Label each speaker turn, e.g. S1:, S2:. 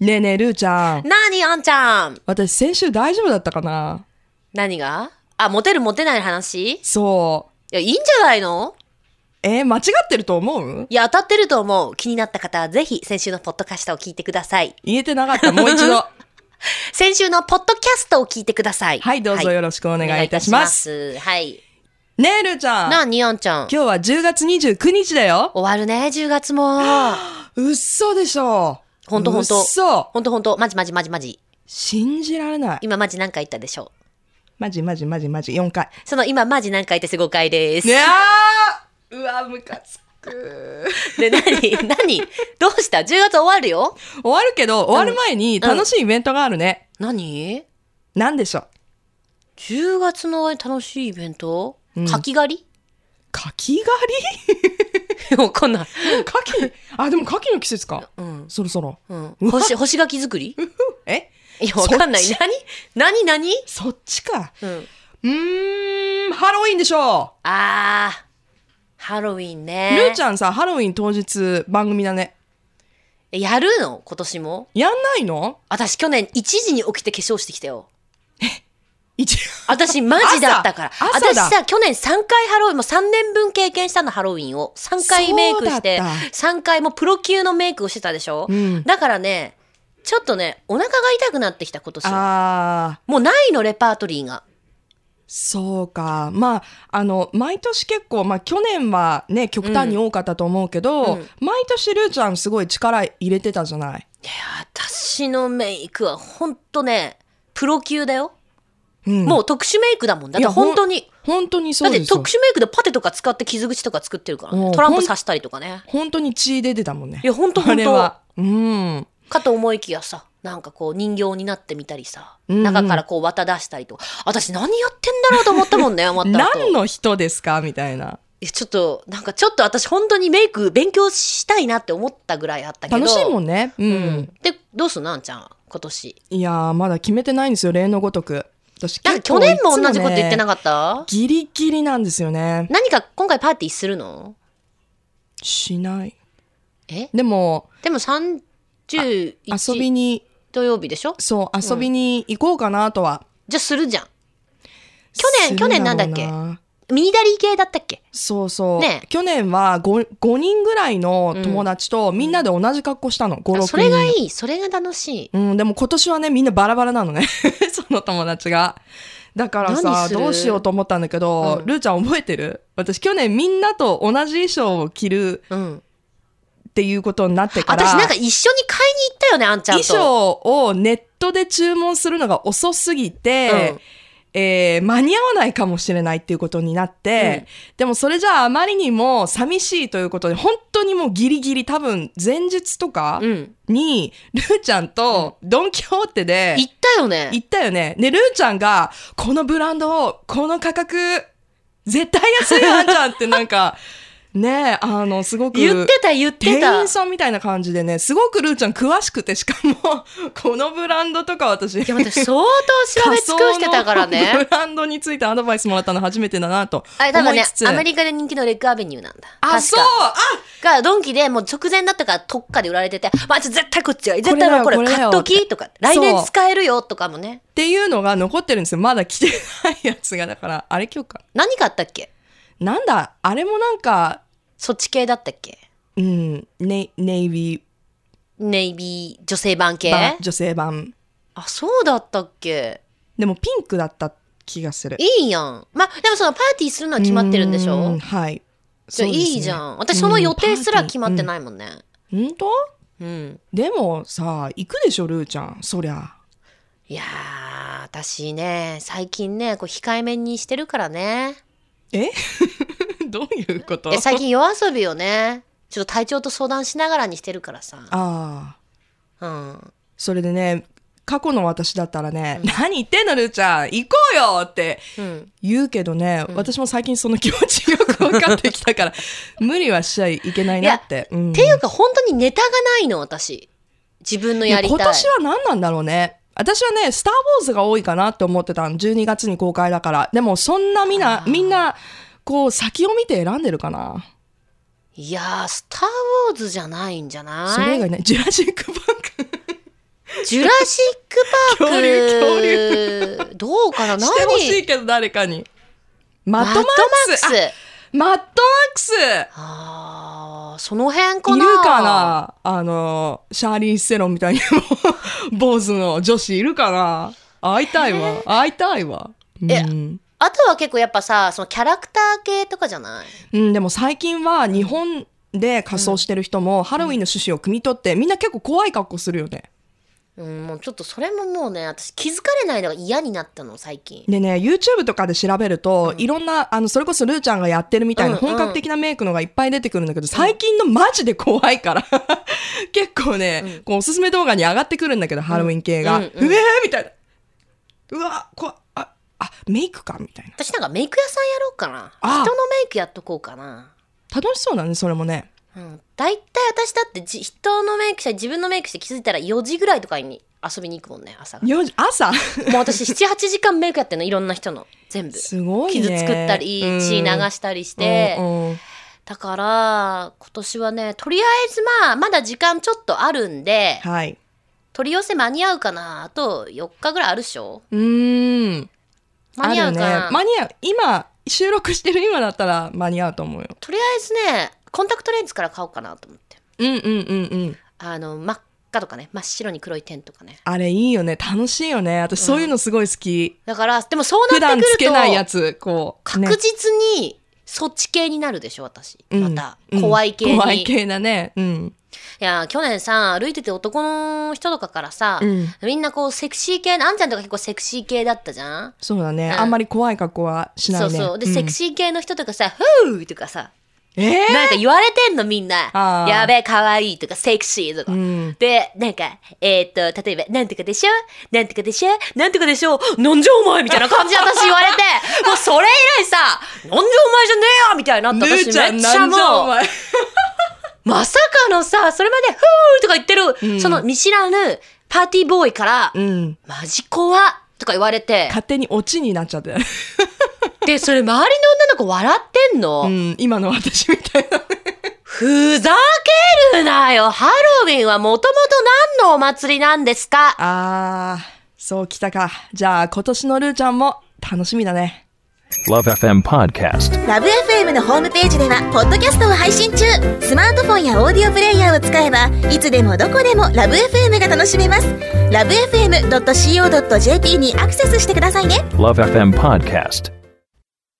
S1: ねえねえ、ルーちゃん。
S2: なにあんちゃん
S1: 私、先週大丈夫だったかな
S2: 何があ、モテるモテない話い
S1: そ
S2: や、いいんじゃないの
S1: う。えー間違ってると思う
S2: いや、当たってると思う。気になった方はぜひ先週のポッドキャストを聞いてください。
S1: 言えてなかった。もう一 度。
S2: 先週のポッドキャストを聞いてください。
S1: はい、どうぞよろしくお
S2: お
S1: 願いいたします。
S2: 願いいたします。はい。
S1: ねえ、ルーちゃん。
S2: なにあんちゃ
S1: 今
S2: ん
S1: 日は10月29日だよ。
S2: 終わるね、10月 も。
S1: 嘘でしょ。
S2: ほんとほんと
S1: 嘘。
S2: ほんとほんと、まじまじまじまじ。
S1: 信じられない。
S2: 今まじ何回言ったでしょう
S1: マジマジマジマジ、4回。
S2: その今まじ何回言って5回です。
S1: いやーうわ、ムカつく。
S2: で、なになにどうした ?10 月終わるよ
S1: 終わるけど、終わる前に楽しいイベントがあるね。
S2: 何
S1: なんでしょう
S2: ?10 月の楽しいイベント、かき狩り
S1: かき狩
S2: わかんない。
S1: りかき、あ、でもかきの季節か。
S2: うん。
S1: そろそろ。
S2: うん。干 し、干し柿 作り
S1: え
S2: いや、わかんない。
S1: そっ
S2: 何何何
S1: そっちか。
S2: うん。
S1: うーん、ハロウィンでしょ
S2: あー。ハロウィン
S1: う。
S2: ね。
S1: ルーちゃんさ、ハロウィン当日番組だね。
S2: えやるの今年も。
S1: やんないの
S2: 私去年1時に起きて化粧してきたよ。
S1: 一
S2: 私マジだったから。
S1: 朝朝
S2: 私
S1: だ
S2: さ、去年3回ハロウィン、もう3年分経験したの、ハロウィンを。3回メイクして
S1: そうだっ、
S2: 3回もうプロ級のメイクをしてたでしょ、
S1: うん
S2: だからね、ちょっとね、お腹が痛くなってきた今年は。
S1: あー、
S2: もうないの、レパートリーが。
S1: そうか。まあ、あの、毎年結構、まあ去年はね、極端に多かったと思うけど、
S2: うんうん
S1: 毎年ルーちゃんすごい力入れてたじゃない。
S2: いや、私のメイクはほんとね、プロ級だよ。
S1: うん、
S2: もう特殊メイクだもん。だっ
S1: い
S2: て
S1: やほん
S2: 本当に。
S1: 本当にそ
S2: だ
S1: う
S2: って
S1: ですよ
S2: 特殊メイクでパテとか使って傷口とか作ってるから
S1: う
S2: ね。
S1: ん
S2: トランプ刺したりとかね。
S1: 本当に血出てたもんね。
S2: いや、ほんとほ
S1: あ
S2: ん
S1: れ
S2: と
S1: は。。うん。
S2: かと思いきやさ、なんかこう人形になってみたりさ、
S1: うんうん
S2: 中からこう綿出したりとか。私何やってんだろうと思ったも んね、思った後。
S1: 何の人ですかみたいな。
S2: いやちょっと、なんかちょっと私本当にメイク勉強したいなって思ったぐらいあったけど。
S1: 楽しいもんね。う。
S2: うんで、どうすんのあんちゃん、今年。
S1: いやー、まだ決めてないんですよ、例のごとく。私
S2: なんか去年も同じこと言ってな
S1: かっ
S2: かった、
S1: た。ギリギリなんですよね。
S2: 何か今回パーティーするの
S1: しない。
S2: え
S1: でも、
S2: でも31
S1: 遊びに、
S2: 土曜日でしょ
S1: そう、遊びに行こうかなとは。
S2: じゃあするじゃん。去
S1: する
S2: 年、去年なんだっけ
S1: ろうな
S2: ミニダリー系だったっけ
S1: そうそう。
S2: ね
S1: 去年は 5, 5人ぐらいの友達とみんなで同じ格好したの。5、6人。
S2: それがいい、それが楽しい。
S1: うん、でも今年はね、みんなバラバラなのね。 その友達が。だから
S2: 何
S1: さ、
S2: する
S1: どうしようと思ったんだけど、
S2: うん
S1: ルーちゃん覚えてる私去年みんなと同じ衣装を着る
S2: うん。
S1: っていうことになってから、
S2: 私なんか一緒に買いに行ったよね、あんちゃん
S1: 衣
S2: と。
S1: 装をネットで注文するのが遅すぎて、
S2: うん
S1: えー間に合わないかもしれないっていうことになって、でもそれじゃああまりにも寂しいということで、本当にもうギリギリ多分前日とか
S2: うん。
S1: に、ルーちゃんとドンキホーテで、
S2: 行ったよね。
S1: 行ったよね。ね、ルーちゃんが、このブランドを、この価格、絶対安いよ、あんちゃんってなんか、 ねえ、あの、すごく。
S2: 言ってた、言って
S1: 店
S2: た。
S1: 員
S2: い
S1: さんみたいな感じでね、すごくルーちゃん詳しくて、しかも、 このブランドとか私、
S2: や、私相当調べ尽くしてたか ら
S1: 仮想の
S2: ね。
S1: ブランドについてアドバイスもらったの初めてだなと
S2: あれ、多
S1: 思
S2: 分
S1: い
S2: ね
S1: つつ。、
S2: アメリカで人気のレッグアベニューなんだ。
S1: あ、
S2: 確
S1: そう
S2: か。
S1: あ
S2: が、ドンキでもう直前だったから特価で売られてて、まあ、ちょ絶対こっちよ。絶対もう
S1: こ
S2: こ
S1: れ
S2: れ
S1: だよ
S2: 買っときとか、来年使えるよとかもね。
S1: っていうのが残ってるんですよ。まだ着てないやつが。だから、あれ今日か。
S2: 何買ったっけ
S1: なんだ、あれもなんか、
S2: そっち系だったっけ
S1: うん、ネイネイビー
S2: ネイビー女性版系
S1: 版、女性版。
S2: あ、そうだったっけ
S1: でもピンクだった気がする。
S2: いいやん。まあ、でもそのパーティーするのは決まってるんでし
S1: うー
S2: ょ
S1: んはい。
S2: じゃあいいじゃ
S1: ん。
S2: ん。私その予定すら決まって
S1: い。
S2: ないもんね。
S1: うん本当
S2: うん。
S1: でもさ、行くでしょ、ルーちゃん。そりゃ。
S2: いやー、私ね、最近ね、こう控えめにしてるからね。
S1: え どういうこと
S2: いや最近夜遊びをね、ちょっと体調と相談しながらにしてるからさ。
S1: ああ。
S2: うん。
S1: それでね、過去の私だったらね、何言ってんの、ルーちゃん。行こうよって
S2: うん。
S1: 言うけどね、私も最近その気持ちよく分かってきた から、無理はしちゃいけないなって。うん
S2: っていうか、本当にネタがないの、私。自分のやりたい。
S1: 今年は何なんだろうね。私はね、スター・ウォーズが多いかなって思ってたの。12月に公開だから。でも、そんなみんな、みんな、こう、先を見て選んでるかな。
S2: いやー、スター・ウォーズじゃないんじゃない
S1: それ以外ね、ジュラシック・パーク。
S2: ジュラシックパーク
S1: 恐竜恐
S2: どうかな何
S1: してほしいけど、誰かに。マットマックス。
S2: マ
S1: あマ
S2: ッドマックス
S1: ットマックス
S2: あーその辺か
S1: い
S2: な
S1: るかなあの、シャーリー・セロンみたいにもう、坊主の女子いるかな会いたいわ。会いたいわ。
S2: え
S1: うん
S2: あとは結構やっぱさそのキャラクター系とかじゃない
S1: うん、でも最近は日本で仮装してる人もハロウィンの趣旨を汲み取ってみんな結構怖い格好するよね。
S2: うんもうちょっとそれももうね私気づかれないのが嫌になったの最近
S1: でね YouTube とかで調べると、いろんなあのそれこそルーちゃんがやってるみたいな
S2: うんうん
S1: 本格的なメイクのがいっぱい出てくるんだけど、最近のマジで怖いから 結構ね、こうおすすめ動画に上がってくるんだけど、ハロウィン系が、う
S2: うんうん
S1: えーみたいなうわ怖いああメイクかみたいな
S2: 私なんかメイク屋さんやろうかな
S1: あ
S2: 人のメイクやっとこうかな
S1: 楽しそうだねそれもね
S2: うん大体私だってじ人のメイクして自分のメイクして気づいたら4時ぐらいとかに遊びに行くもんね朝が
S1: よじ朝
S2: もう私78時間メイクやってんのいろんな人の全 部
S1: すごいね
S2: 傷作ったり
S1: うん
S2: 血流したりして、
S1: うんうん
S2: だから今年はねとりあえずまあまだ時間ちょっとあるんで
S1: はい
S2: 取り寄せ間に合うかなあと4日ぐらいあるっしょ
S1: うーん
S2: 間に合うか
S1: ある
S2: な、
S1: よね間に合う今収録してる今だったら間に合うと思うよ
S2: とりあえずねコンタクトレンズから買おうかなと思って
S1: うんうんうんうん
S2: あの真っ赤とかね真っ白に黒い点とかね
S1: あれいいよね楽しいよね私そういうのすごい好き、
S2: だからでもそう
S1: 普
S2: なっ
S1: 段
S2: てく
S1: つ
S2: る
S1: け
S2: と
S1: ないやつこう、ね
S2: 確実にそっち系になるでしょ私、
S1: うん
S2: ま
S1: う
S2: た
S1: ん
S2: 怖い系に、
S1: 怖い
S2: い
S1: 系だねうん、
S2: や去年さ歩いてて男の人とかからさ、
S1: うん、
S2: みんなこうセクシー系のあんちゃんとか結構セクシー系だったじゃん
S1: そうだね、
S2: うん
S1: あんまり怖い格好はしない
S2: そ
S1: ね
S2: うそうで、
S1: ん
S2: セクシー系の人とかさ「ふー」とかさ
S1: え
S2: なんか言われてんのみん
S1: あ
S2: な
S1: ー
S2: 「やべえかわいい」とか「セクシー」とか、
S1: ー、うん
S2: でなんかえっ、と例えば「なんとかでしょなんとかでしょなんとかでしょなんじゃお前」みたいな感じで私言われ てもうそれ以来さ「なんじゃお前じゃねえよ」みたいになっ
S1: ル
S2: て私
S1: ーちゃ
S2: め
S1: ん
S2: っちゃ
S1: なんじゃお
S2: もう
S1: 前
S2: まさかのさそれまで「ふー」とか言ってる、
S1: うん
S2: その見知らぬパーティーボーイから「
S1: うん
S2: マジ怖っ」とか言われて
S1: 勝手にオチになっちゃって、
S2: でそれ周りの女の子笑ってんの、
S1: うん、今の私みたいな
S2: ふざけるなよハロウィンはもともと何のお祭りなんですか
S1: あーそうきたかじゃあ今年のルーちゃんも楽しみだね
S3: Love FM Podcast.
S4: ラブ f m のホームページではポッドキャストを配信中スマートフォンやオーディオプレイヤーを使えばいつでもどこでもラブ f m が楽しめますラブ FM.co.jp にアクセスしてくださいね
S3: Love FM Podcast.